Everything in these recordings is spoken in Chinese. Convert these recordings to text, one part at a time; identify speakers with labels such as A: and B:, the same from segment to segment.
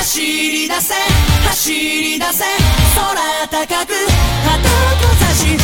A: 走り出せ走り出せ空高く旗をざし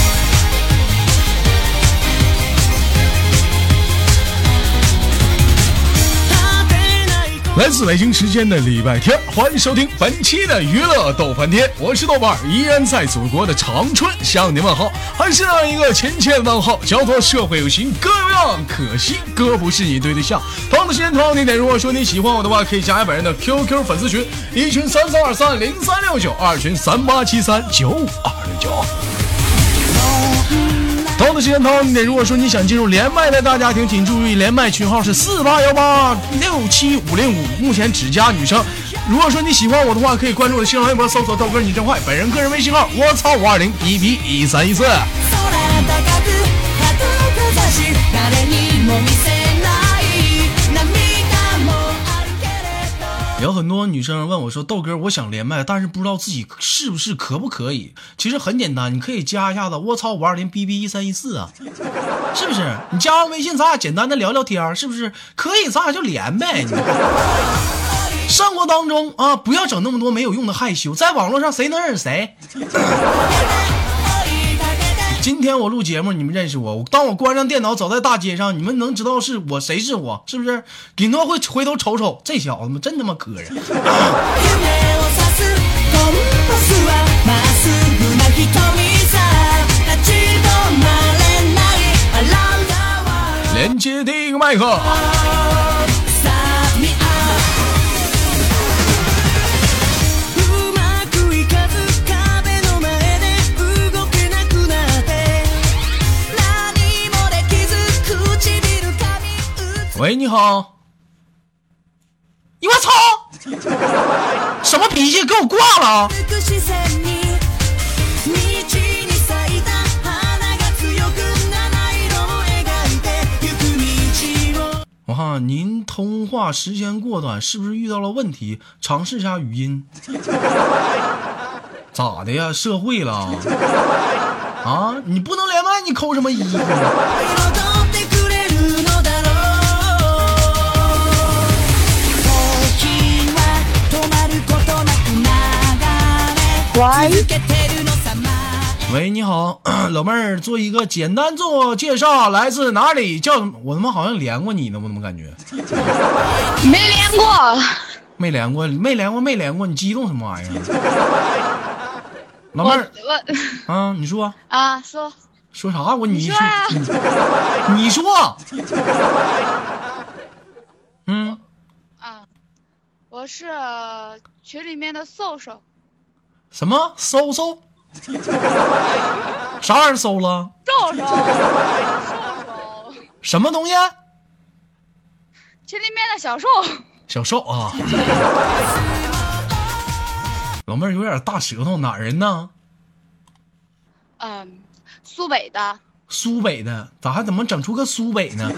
B: 来自北京时间的礼拜天，欢迎收听本期的娱乐逗翻天，我是豆瓣儿，依然在祖国的长春向您问好，还是那一个亲切的问候，叫做社会有型哥有样，可惜哥不是你对的象。同样的时间，同样的地点，如果说你喜欢我的话，可以加本人的 QQ 粉丝群，一群三三二三零三六九，二群三八七三九五二六九。同样的时间，同样的地点，如果说你想进入连麦的大家庭，请注意连麦群号是四八幺八六七五零五，目前只加女生。如果说你喜欢我的话，可以关注我的新浪微博，搜索“豆哥你真坏”，本人个人微信号：我操五二零一 b 一三一四。
A: 空高く旗をざし誰にも見せない涙もあるけれど
B: 有很多女生问我说：“豆哥，我想连麦，但是不知道自己是不是可不可以。”其实很简单，你可以加一下子“我操五二零 b b 一三一四”啊，是不是？你加完微信，咱俩简单的聊聊天儿，是不是？可以，咱俩就连呗。你生活当中啊，不要整那么多没有用的害羞，在网络上谁能认识谁？今天我录节目，你们认识我。我当我关上电脑，走在大街上，你们能知道是我谁是我，是不是？顶多会回头瞅瞅，这小子们真他妈磕碜。
A: 夢を指すコンパスはまっすぐな瞳さ立ち止まれない Around the world
B: 连接第一个麦克。
A: Start me up うまくいかず壁の前で動けなくなって何もできず唇噛み打つ
B: 喂，你好。你我操！什么脾气？给我挂了！
A: 美しさに道に咲いた花が強く七色を描いてゆく道を
B: 我看您通话时间过短，是不是遇到了问题？尝试一下语音。咋的呀？社会了？啊，你不能连麦，你扣什么一？
A: 彩ってくれるのだろう時は止まることなく流れ続けてるのさ前
B: 喂，你好， 老妹儿，做一个简单自我介绍，来自哪里？叫什么？我他妈好像连过你呢，我怎么感觉
C: 没连过，
B: 没连过？没连过，没连过，你激动什么玩意儿？老妹
C: 我
B: 儿，
C: 我
B: 啊，你说
C: 啊，说
B: 说啥？我你
C: 你说呀
B: 你你说，嗯，
C: 啊，我是群里面的瘦瘦，
B: 什么搜搜？啥玩意儿搜了？
C: 瘦瘦，瘦瘦，
B: 什么东西？啊
C: 群里面的小瘦，
B: 小瘦啊，老妹儿有点大舌头，哪儿人呢？
C: 嗯，苏北的，
B: 苏北的，咋还怎么整出个苏北呢？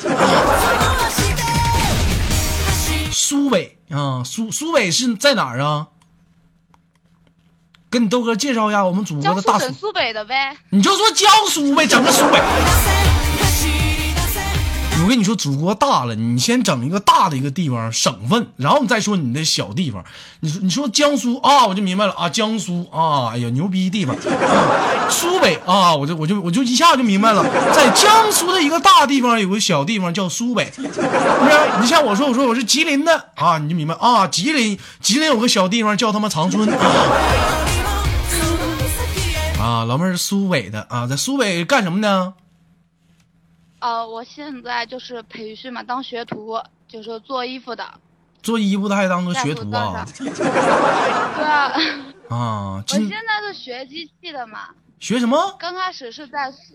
B: 苏北啊，苏苏北是在哪儿啊？跟你豆哥介绍一下我们祖国
C: 江
B: 的
C: 苏
B: 大
C: 省苏北的呗。
B: 你就说江苏呗，整个苏北。我跟你说，祖国大了，你先整一个大的一个地方省份，然后你再说你的小地方。你说你说江苏啊，我就明白了啊，江苏啊，哎呀牛逼地方，啊苏北啊，我就我就我就一下就明白了，在江苏的一个大地方有个小地方叫苏北，是不是？你像我说我说我是吉林的啊，你就明白啊，吉林吉林有个小地方叫他妈长春啊啊，老妹儿是苏北的啊，在苏北干什么呢？
C: 呃，我现在就是培训嘛，当学徒，就是做衣服的。
B: 做衣服的还当个
C: 在
B: 学
C: 服
B: 徒
C: 装
B: 啊
C: 对啊，
B: 啊！
C: 我现
B: 今
C: 在是学机器的嘛，
B: 学什么？
C: 刚开始是在苏，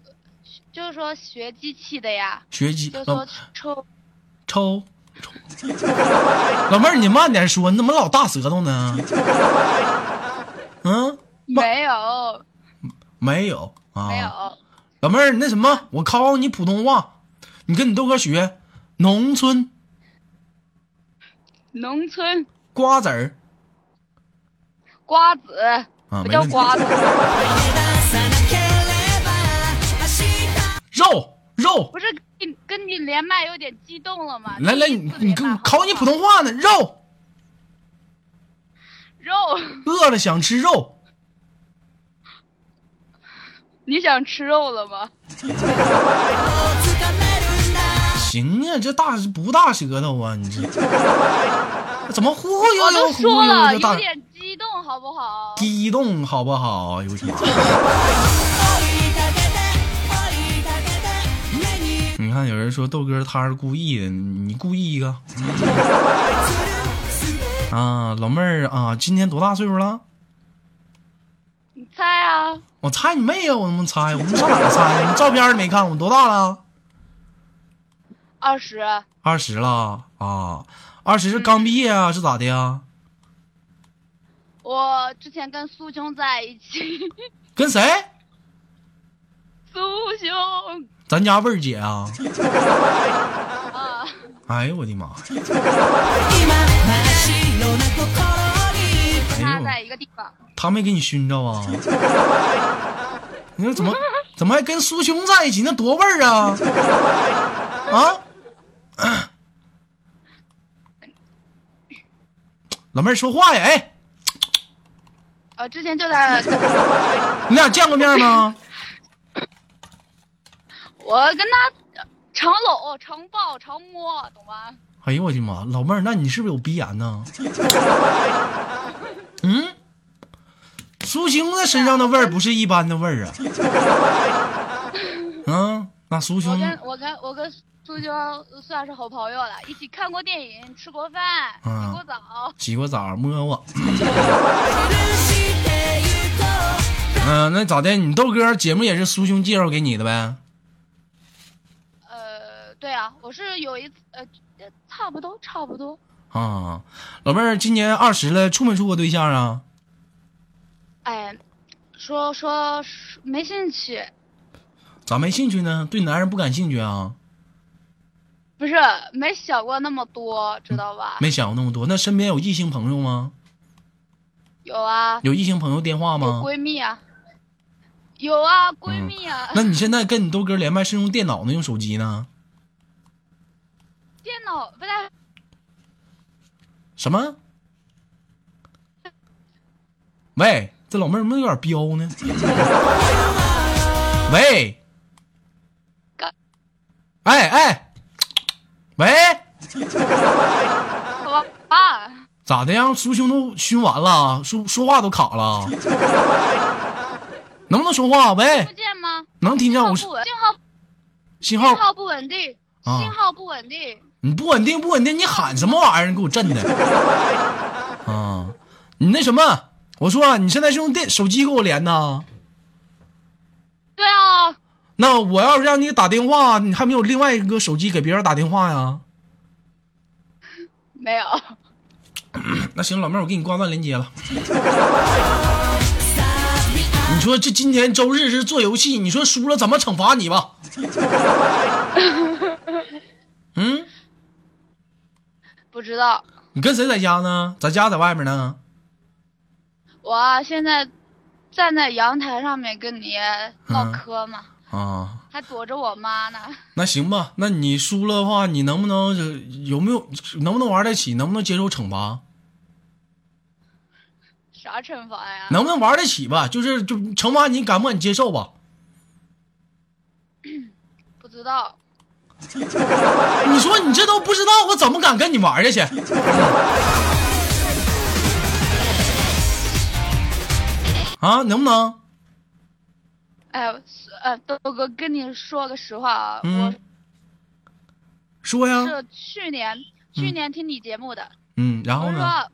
C: 就是说学机器的呀，
B: 学机
C: 就是
B: 老
C: 说抽
B: 抽抽。老妹儿，你慢点说，你怎么老大舌头呢？嗯，
C: 没有
B: 没有啊，
C: 没。有，
B: 老妹儿，那什么，我考考你普通话，你跟你豆哥学，农村
C: 农村
B: 瓜子儿
C: 瓜子。
B: 啊，
C: 不
B: 没
C: 叫
B: 问题。
C: 瓜子，
B: 肉肉
C: 不，是跟你跟你连麦有点激动了吗？
B: 来来，
C: 第一
B: 你
C: 次
B: 你
C: 连
B: 跟
C: 麦
B: 我考你普。
C: 好不好
B: 通话呢，肉
C: 肉，
B: 饿了想吃肉，
C: 你想吃肉了吗？
B: 行啊，这大不大舌头啊？你这 怎么忽忽悠
C: 我
B: 悠
C: 都
B: 忽忽
C: 说
B: 悠悠
C: 了，
B: 就大
C: 有点激动，好不好？
B: 激动好不好？有点，你看有人说豆哥他是故意的，你故意一个啊，老妹儿啊，今年多大岁数了？
C: 你猜啊，
B: 我猜你妹呀！我他妈猜，我上哪儿猜？你照片儿没看，我多大了？
C: 二十
B: 二十了啊，二十是刚毕业啊，是咋的呀？
C: 我之前跟苏兄在一起，
B: 跟谁？
C: 苏兄
B: 咱家味儿姐啊！
C: 啊，
B: 哎呦我的妈！哎
C: 他
B: 呦，
C: 在一个地方，
B: 他没给你熏着啊？ 你说怎么怎么还跟苏兄在一起？那多味儿啊！啊！ 老妹儿说话呀！哎，
C: 呃，之前就在
B: 你俩见过面吗？
C: 我跟他常搂、常抱、常摸，懂吗？
B: 哎呦我的妈！老妹儿，那你是不是有鼻炎呢？ 嗯，苏兄那身上的味儿不是一般的味儿啊！嗯，那苏
C: 我
B: 兄
C: 跟我跟我跟苏兄算是好朋友了，一起看过电影，吃过饭，
B: 嗯
C: 洗过澡，
B: 洗过澡摸我。嗯、那咋的？你豆哥节目也是苏兄介绍给你的呗？
C: 呃，对啊，我是有一次呃，差不多差不多，
B: 啊，老妹儿今年二十了，处没处过对象啊？
C: 哎，说说说没兴趣，
B: 咋没兴趣呢？对男人不感兴趣啊？
C: 不是没想过那么多，知道吧？
B: 没想过那么多。那身边有异性朋友吗？
C: 有啊，
B: 有异性朋友电话
C: 有
B: 吗？
C: 闺蜜啊，有啊，闺蜜啊，
B: 那你现在跟你豆哥连麦是用电脑呢，用手机呢？
C: 电脑不太
B: 什么？喂，这老妹儿怎么有点彪呢？ 喂，
C: 干
B: 哎哎，喂，
C: 好啊吧。
B: 咋的呀？让苏兄都熏完了，说说话都卡了，能不能说话？
C: 听不
B: 喂，
C: 见吗？
B: 能听
C: 信
B: 见
C: 号
B: 我
C: 不稳，信号
B: 信
C: 信
B: 号？
C: 号不稳定，
B: 啊
C: 信号不稳定。
B: 你不稳定，不稳定，你喊什么玩意儿？你给我震的！啊，你那什么？我说、你现在是用电手机给我连呢？
C: 对啊，
B: 那我要是让你打电话，你还没有另外一个手机给别人打电话呀？
C: 没有，
B: 那行，老妹儿，我给你挂断连接了。 你说这今天周日是做游戏，你说输了怎么惩罚你吧？ 嗯，
C: 不知道。
B: 你跟谁在家呢？在家在外面呢？
C: 我啊现在站在阳台上面跟你
B: 嗯
C: 唠嗑嘛，
B: 啊，
C: 还躲着我妈呢。
B: 那行吧，那你输了的话，你能不能呃有没有能不能玩在一起？能不能接受惩罚？
C: 啥惩罚呀？
B: 能不能玩得起吧？就是就惩罚你，敢不敢接受吧？
C: 不知道。
B: 你说你这都不知道，我怎么敢跟你玩儿下去？啊，能不能？
C: 哎，呃，豆哥跟你说个实话啊，
B: 嗯，说
C: 我
B: 呀，
C: 是去年、去年听你节目的，
B: 嗯，然
C: 我
B: 后
C: 是
B: 呢？
C: 说，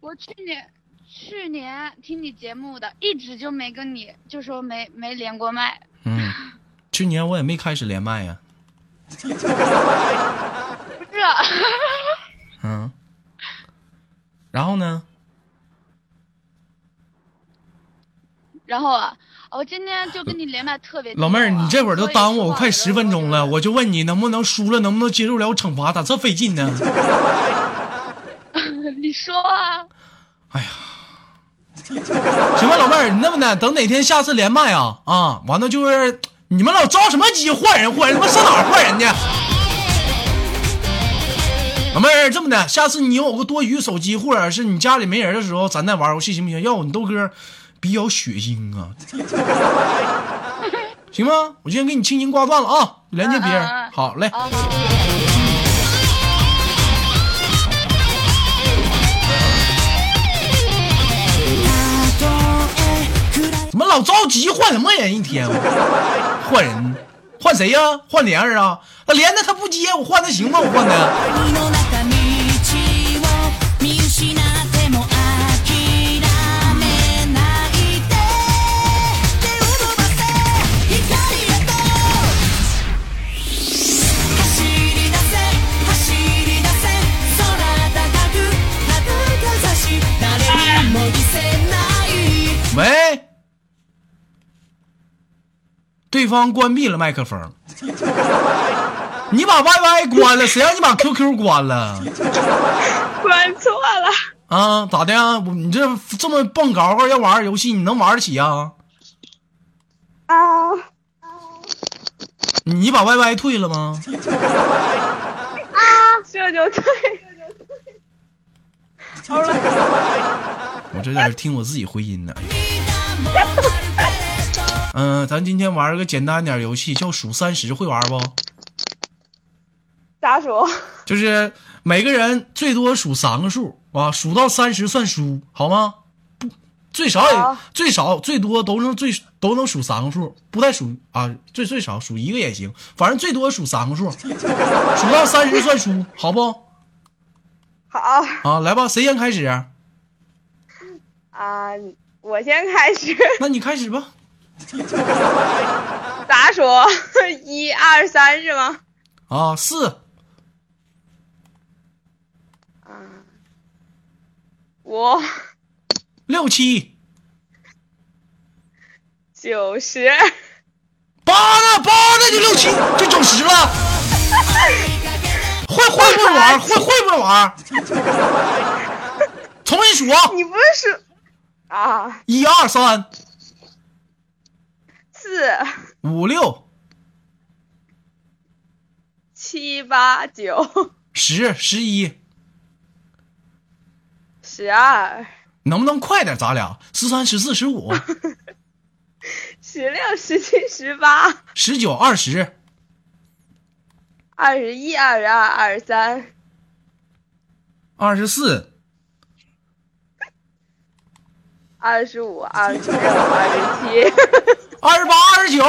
C: 我去年去年听你节目的，一直就没跟你就说没没连过麦。
B: 嗯，去年我也没开始连麦呀，
C: 不是 啊，
B: 嗯，然后呢？
C: 然后啊，我今天就跟你连麦特别激动
B: 老
C: 啊、
B: 妹儿，你这会儿都耽误我快十分钟了，
C: 我
B: 我就问你能不能输了，能不能接受了惩罚？咋这费劲呢？
C: 你说啊，
B: 行吧，老妹儿，你那么的，等哪天下次连麦啊啊，完了就是你们老着什么急换人换人，他妈上哪儿换人去？老妹儿，这么的，下次你有个多余手机，或者是你家里没人的时候，咱再玩游戏行不行？要我你豆哥比较血腥啊， 行吗？我先给你轻轻挂断了啊，连接别人。
C: 嗯嗯嗯
B: 好嘞，
C: 哦，
B: 怎么老着急换什么人一天？我换人，换谁呀、换莲儿啊？那莲子她不接，我换她行吗？我换
A: 海の
B: 她。
A: 中道を見失っても諦めないで手を伸ばせ光へと走り出せ走り出せ空高く高く差し誰にも見せない
B: 喂，对方关闭了麦克风。 你把 YY 关了，谁让你把 QQ 关了
D: 关错了，
B: 啊？咋的呀？我你这这么蹦高高要玩儿游戏，你能玩得起啊？
D: 啊，
B: 你把 YY 退了吗？
D: 啊这就对。好了，
B: 我这在这听我自己回音呢。
A: 涙もあるけど
B: 嗯、咱今天玩个简单点儿游戏，叫数三十，会玩不？
D: 咋说？
B: 就是每个人最多数三个数啊，数到三十算输，好吗？不，最少也、
D: 好
B: 最少最多都能最都能数三个数，不带数啊，最最少数一个也行，反正最多数三个数， 数到三十算输，好不？
D: 好
B: 啊，来吧，谁先开始？
D: 啊，我先开始。
B: 那你开始吧。
D: 咋说？一二三是吗？
B: 啊，四
D: 五
B: 六七
D: 九十
B: 八呢，八呢就六七就九十了。会会不会玩？会会不会玩？重新数啊！
D: 你不是说啊？
B: 一二三
D: 四
B: 五六
D: 七八九
B: 十十一，
D: 十二
B: 能不能快点？咱俩十三、十四、十 五、
D: 十六十七十八
B: 十九、二十、
D: 二十一二十二二十三
B: 二十四、
D: 二十五二十六二十七。
B: 二十八、二十九，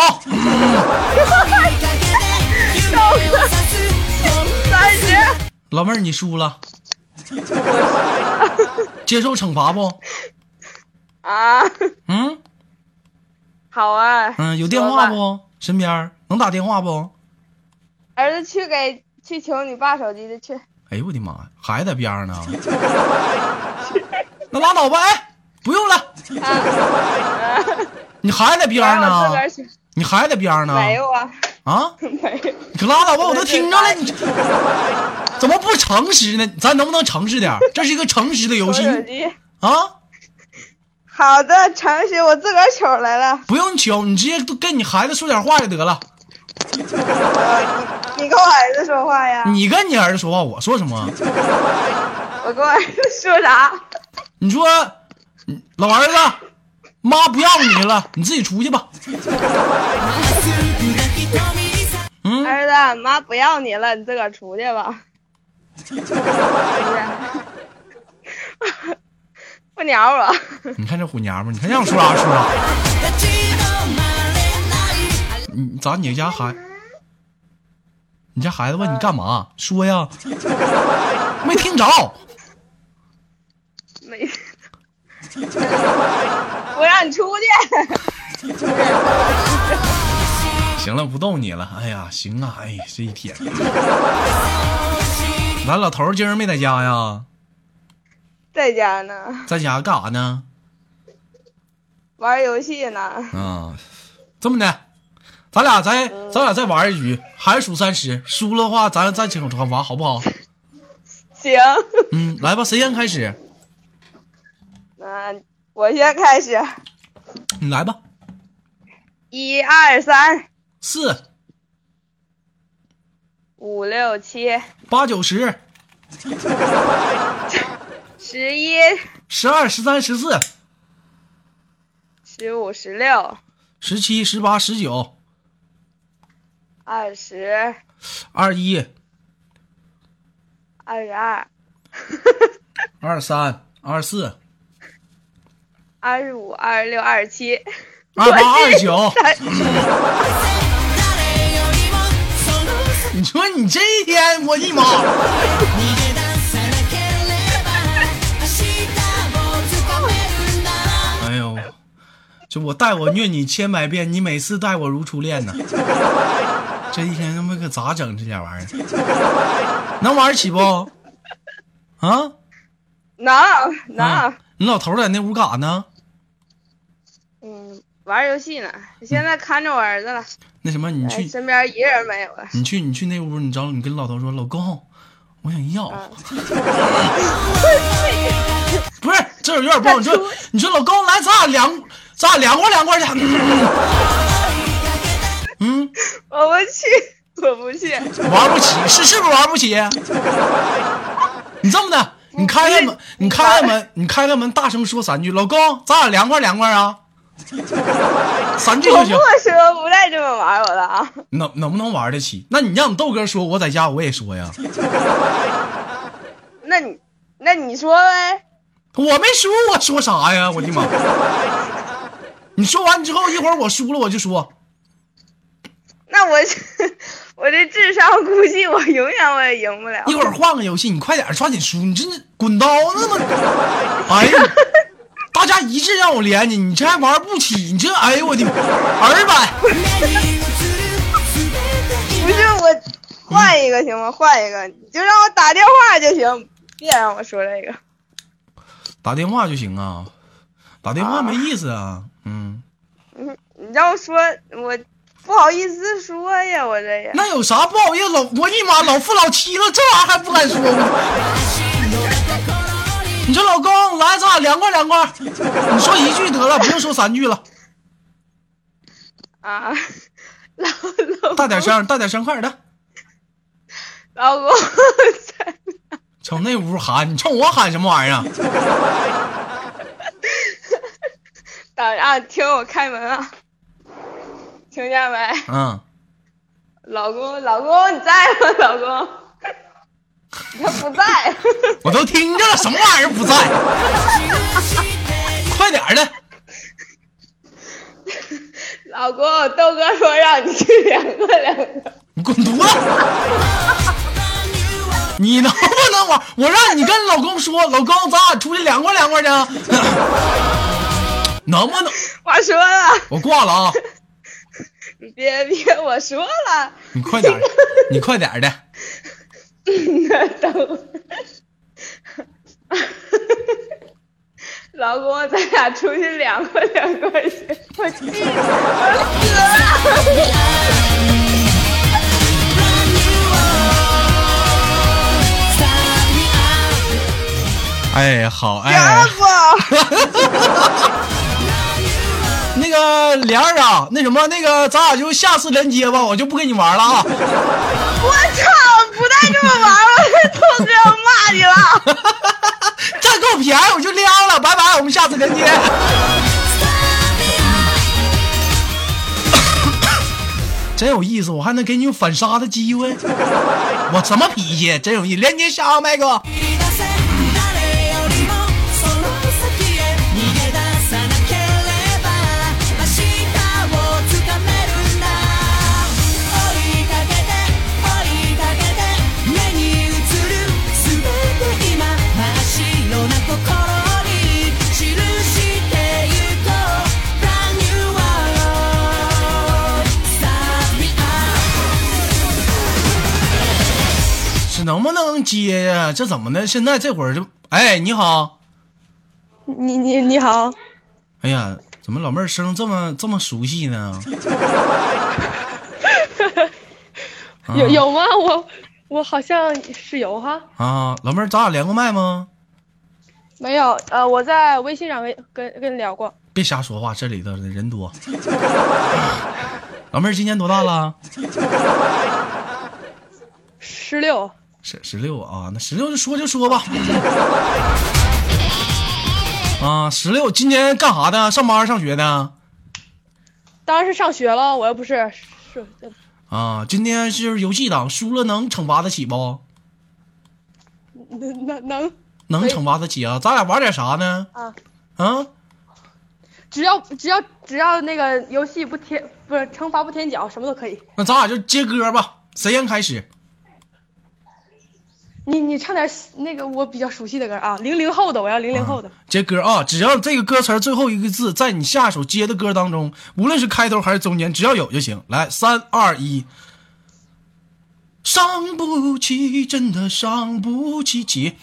D: 三十，
B: 老妹儿你输 了，接受惩罚不？
D: 啊，
B: 嗯
D: 好啊。
B: 嗯，有电
D: 说
B: 话
D: 吧？
B: 不？身边儿能打电话不？
D: 儿子去给去求你爸手机的去。
B: 哎呦我的妈呀，还在边 儿呢？那拉倒吧，哎，不用了。你还在边儿
D: 让啊我自个
B: 呢
D: 儿？去。
B: 你还在边儿呢？
D: 没有啊，
B: 啊？
D: 没有。
B: 你可拉倒吧，我都听着了，你怎么不诚实呢？咱能不能诚实点儿？这是一个诚实的游
D: 求
B: 戏
D: 手机。
B: 啊！
D: 好的，诚实，我自个儿取来了。
B: 不用求，你直接都跟你孩子说点话就得了。
D: 你跟我儿子说话呀？
B: 你跟你儿子说话，我说什么？啊
D: 我跟我儿子说啥？
B: 你说，嗯老儿子，妈不要你了，你自己出去吧。
D: 儿子，妈不要你了，你自个儿出去吧。 不鸟我，
B: 你看这虎娘们儿，你看让我说啥说啥。你咋你家孩，你家孩子问你干嘛？说呀，没听着。
D: 没。 我让你出去。
B: 行了，不逗你了。哎呀，行啊，哎，这一天， 咱老头儿今儿没在家呀，
D: 在家呢，
B: 在家干啥呢？
D: 玩游戏呢。
B: 啊，这么的，咱俩再咱俩再玩一局，还是数三十，输了的话咱再请惩罚，好不好？
D: 行，
B: 嗯，来吧，谁先开始？
D: 那我先开始，
B: 你来吧，
D: 一二三，
B: 四
D: 五六七
B: 八九十
D: 十一、
B: 十二、十三、十四、
D: 十五、十六、
B: 十七、十八、十九、
D: 二十、
B: 二一、
D: 二十二、
B: 二三、二四、
D: 二十五、二十六、二十七、
B: 二八、二九。
A: 誰よりもその
B: 你说你这一天，我的妈！
A: 逃げ出さなければ明日を掴めるなら
B: 哎呦，就我待我虐你千百遍，你每次待我如初恋呢。这一天他妈可咋整？这俩玩意儿能玩起不？啊？
D: 能能
B: 啊，你老头儿在那屋干啥呢？
D: 嗯，玩游戏呢。你现在看着我儿子了，
B: 那什么，你
D: 哎
B: 嗯去，嗯
D: 身边一个人没有了。
B: 你去，你去那屋，你找你跟老头说，老公，我想要。 不是，这有点不好。你说，你说老公来，咱俩凉，咱俩凉快凉快去。嗯，
D: 我不去， 我不去。
B: 玩不起，是是不是玩不起？你这么的，你开开门，你开开门，你开开门，大声说三句，老公，咱俩凉快凉快啊，三句
D: 我
B: 就行
D: 不。说，不带这么玩我的啊！
B: 能能不能玩得起？那你让你豆哥说，我在家我也说呀，
D: 那你，那你说呗。
B: 我没输，我说啥呀？我的妈！你说完之后，一会儿我输了我就说，
D: 那我这， 我这智商估计我永远我也赢不了
B: 一。会儿换个游戏，你快点儿抓紧输，你真是滚刀子吗？哎呀，大家一致让我连你，你这还玩不起，你这哎呦我的儿版，
A: 目に映る全て
D: 不是我，换一个行
B: 嗯
D: 吗？换一个，你就让我打电话就行，别让我说这个。
B: 打电话就行啊，打电话没意思啊，嗯，
D: 嗯，你让我说，我不好意思说呀，我这也。
B: 那有啥不好意思？老我一妈老夫老妻了，这玩意儿还不敢说吗？ 你说老公来，咱俩凉快凉快。你说一句得了，不用说三句了，
D: 啊， 老老
B: 大点声，大点声，快点的。
D: 老公在
B: 瞅那屋喊，你冲我喊什么玩意儿啊？
D: 等啊，听我开门啊，听见没？
B: 嗯，
D: 老公，老公你在吗？ 老公，他不在。
B: 我都听着了，什么玩意儿不在？快点的，
D: 老公，豆哥说让你去凉快凉快。
B: 你滚犊子！你能不能玩？我让你跟老公说，老公，咱俩出去凉快凉快去啊， 能不能？
D: 我说了，
B: 我挂了啊！
D: 你别别，我说了，
B: 你快点儿，你快点儿的。
D: 等会儿。 老公，咱俩出去凉快凉快去。我气死了！
B: 哎，好哎
D: 家，伙，
B: 那个莲儿啊，那什么，那个咱俩就下次连接吧，我就不跟你玩了啊。
D: 我操，不带这么玩了，豆哥要骂你了。
B: 占够便宜我就撩了，拜拜，我们下次连接。真有意思，我还能给你有反杀的机会。 我什么脾气？真有意思，连接下啊，麦哥。
A: 「誰よりもその先へ」「逃げ出さなければ明日をつかめるんだ」「追いかけて追いかけて」「目に映る全て今」「真っ白な心に記してゆこう」「Brand new world」「Start me up」
B: 是能不能接呀？这怎么的？现在这会儿就……哎，你好。
D: 你你你好，
B: 哎呀，怎么老妹儿声这么这么熟悉呢？
E: 有有吗？我我好像是有哈，
B: 啊，老妹儿，咱俩连过麦吗？
E: 没有。呃，我在微信上跟跟跟你聊过，
B: 别瞎说话，这里头人多。 老妹儿今年多大了？
E: 十六
B: 十十六啊，那十六就说就说吧。啊，十六今天干啥的？上班上学的？
D: 当然是上学了，我又不是是
B: 啊，今天是游戏党，输了能惩罚得起不？
D: 能能能
B: 能
D: 可以
B: 惩罚得起啊？咱俩玩点啥呢？
D: 啊，
B: 啊，
D: 只要只要只要那个游戏不添不是惩罚不添脚，什么都可以。
B: 那咱俩就接歌吧，谁先开始？
D: 你你唱点那个我比较熟悉的歌啊，零零后的，我要零零后的。
B: 接歌啊！只要这个歌词儿最后一个字在你下一首接的歌当中，无论是开头还是中间，只要有就行。来，三二一，伤不起，真的伤不起起。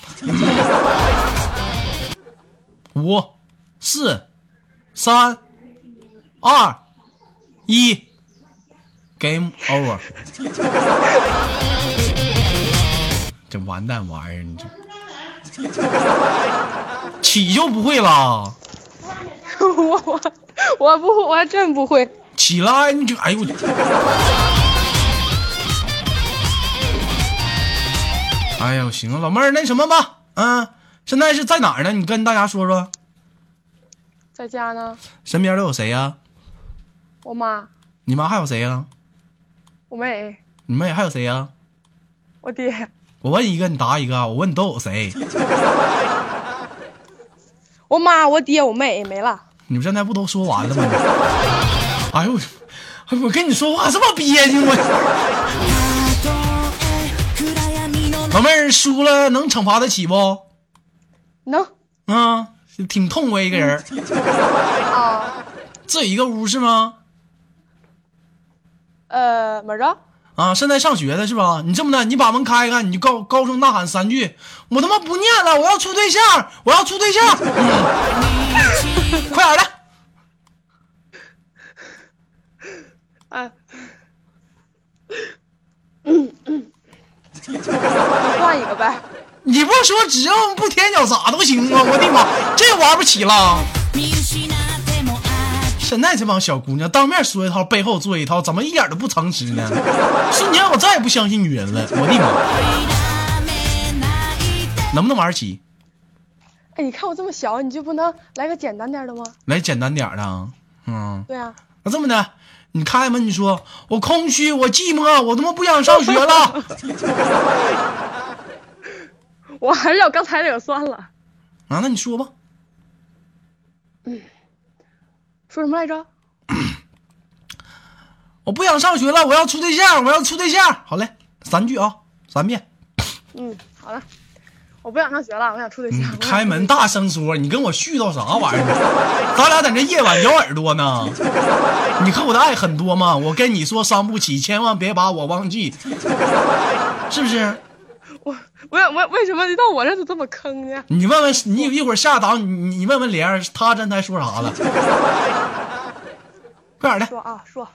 B: 五、四、三、二、一，Game Over。这完蛋玩意儿，你这。起就不会啦，
D: 我我我不我还真不会。
B: 起来你就哎呦我，哎呦行了，老妹儿那什么吧，嗯，现在是在哪儿呢？你跟大家说说，
D: 在家呢，
B: 身边都有谁呀、
D: 我妈、
B: 你妈还有谁呀、
D: 我妹、
B: 你妹还有谁呀、啊
D: 我爹，
B: 我问一个你答一个啊，我问你都有谁？
D: 我妈、我爹、我妹没了。
B: 你们现在不都说完了吗？哎呦我，哎我跟你说话这么憋屈我，老妹儿输了能惩罚得起不？
D: 能
B: 啊，挺痛快一个人儿。
D: 啊，
B: 这一个屋是吗？
D: 呃，怎么着？
B: 啊，现在上学的是吧？你这么的，你把门开开，你就高高声呐喊三句：“我他妈不念了，我要处对象，我要处对象！”嗯快点儿的，
D: 啊， 换一个呗。
B: 你不说只要不舔脚咋都行啊！我的妈，这玩不起了！现在这帮小姑娘当面说一套，背后做一套，怎么一点都不诚实呢？瞬间我再也不相信女人了，我的妈！能不能玩儿起？
D: 哎，你看我这么小，你就不能来个简单点的吗？
B: 来简单点儿的，啊，嗯。
D: 对啊，
B: 那这么的，你开门，你说我空虚，我寂寞，我他妈不想上学了
D: 我还是要刚才那个算了。
B: 啊！那你说吧，
D: 说什么来着？
B: 我不想上学了，我要处对象，我要处对象。好嘞，三句啊，三遍。
D: 嗯，好了，我不想上学了，我想处对象。
B: 你开门大声说，你跟我絮叨啥玩意儿？咱俩在这夜晚咬耳朵呢。你和我的爱很多吗？我跟你说伤不起，千万别把我忘记，是不是？
D: 我我想我为什么到我这都这么坑呢？
B: 你问问，你一会儿下档，你你问问莲儿，她刚才说啥了？快点的，
D: 说啊说，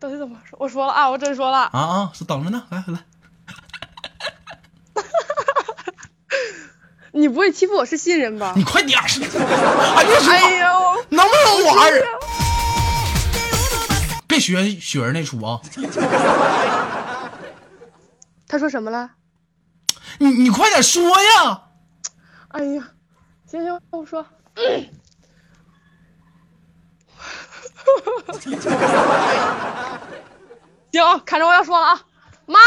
D: 到底怎么说？我说了啊，我真说了。
B: 啊啊，是等着呢，来来。
D: 你不会欺负我是新人吧
B: 你？快点儿！哎呀，
D: 哎
B: 说
D: 呦，
B: 能不能玩儿？别学雪儿那出啊！
D: 他说什么了？
B: 你你快点说呀！
D: 哎呀，行行，我 说。行，看着我要说了啊，妈，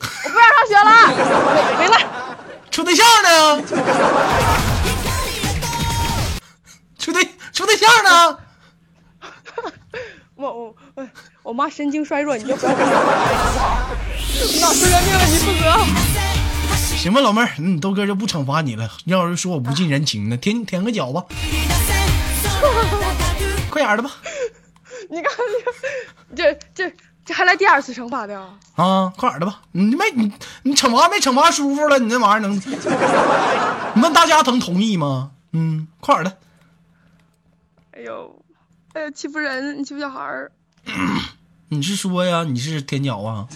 D: 我不想上学了，没没了，
B: 处对象呢？处对处对象呢？
D: 我我我我妈神经衰弱，你就不要跟我玩了好不好？你老出人命了，你负责。
B: 行吧，老妹儿，嗯你豆哥就不惩罚你了。要是说我不近人情呢，舔舔个脚吧，快点儿的吧！
D: 你看这这这这还来第二次惩罚的啊？
B: 啊，快点儿的吧！你没你你惩罚没惩罚舒服了？你那玩意儿能？你问大家能同意吗？嗯，快点儿的。
D: 哎呦，哎呦，欺负人，欺负小孩儿。
B: 你是说呀？你是舔脚啊？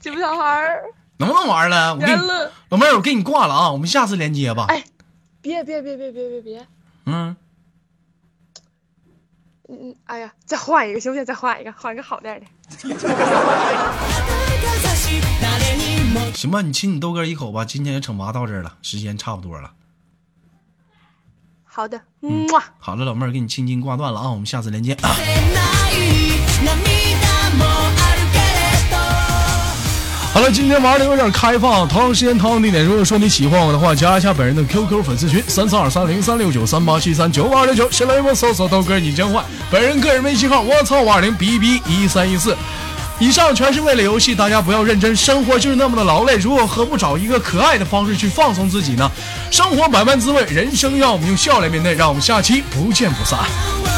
D: 欺负小孩儿，
B: 能不能玩了？我给
D: 人
B: 你
D: 了。哎
B: 老妹儿，我给你挂了啊，我们下次连接吧。
F: 嗯
D: 哎，别别别别别别别，
B: 嗯，
D: 嗯，哎呀，再换一个行不行？再换一个，换一个好点儿的。
A: かざし誰にも
F: 行吧，你亲你豆哥一口吧。今天就惩罚到这儿了，时间差不多了。
D: 好的，嗯哇，
F: 好了，老妹儿，给你亲亲挂断了啊，我们下次连见。
A: 出せない涙もあるけれど
B: 好了，今天玩的有点开放，同样时间同样地点。如果说你喜欢我的话，加一下本人的 QQ 粉丝群三三二三零三六九三八七三九五二六九，新浪微博搜索豆哥你真坏，本人个人微信号我操五二零 bb 一三一四。以上全是为了游戏，大家不要认真，生活就是那么的劳累。如果何不找一个可爱的方式去放松自己呢？生活百般滋味，人生让我们用笑来面对。让我们下期不见不散。
A: 「君の声を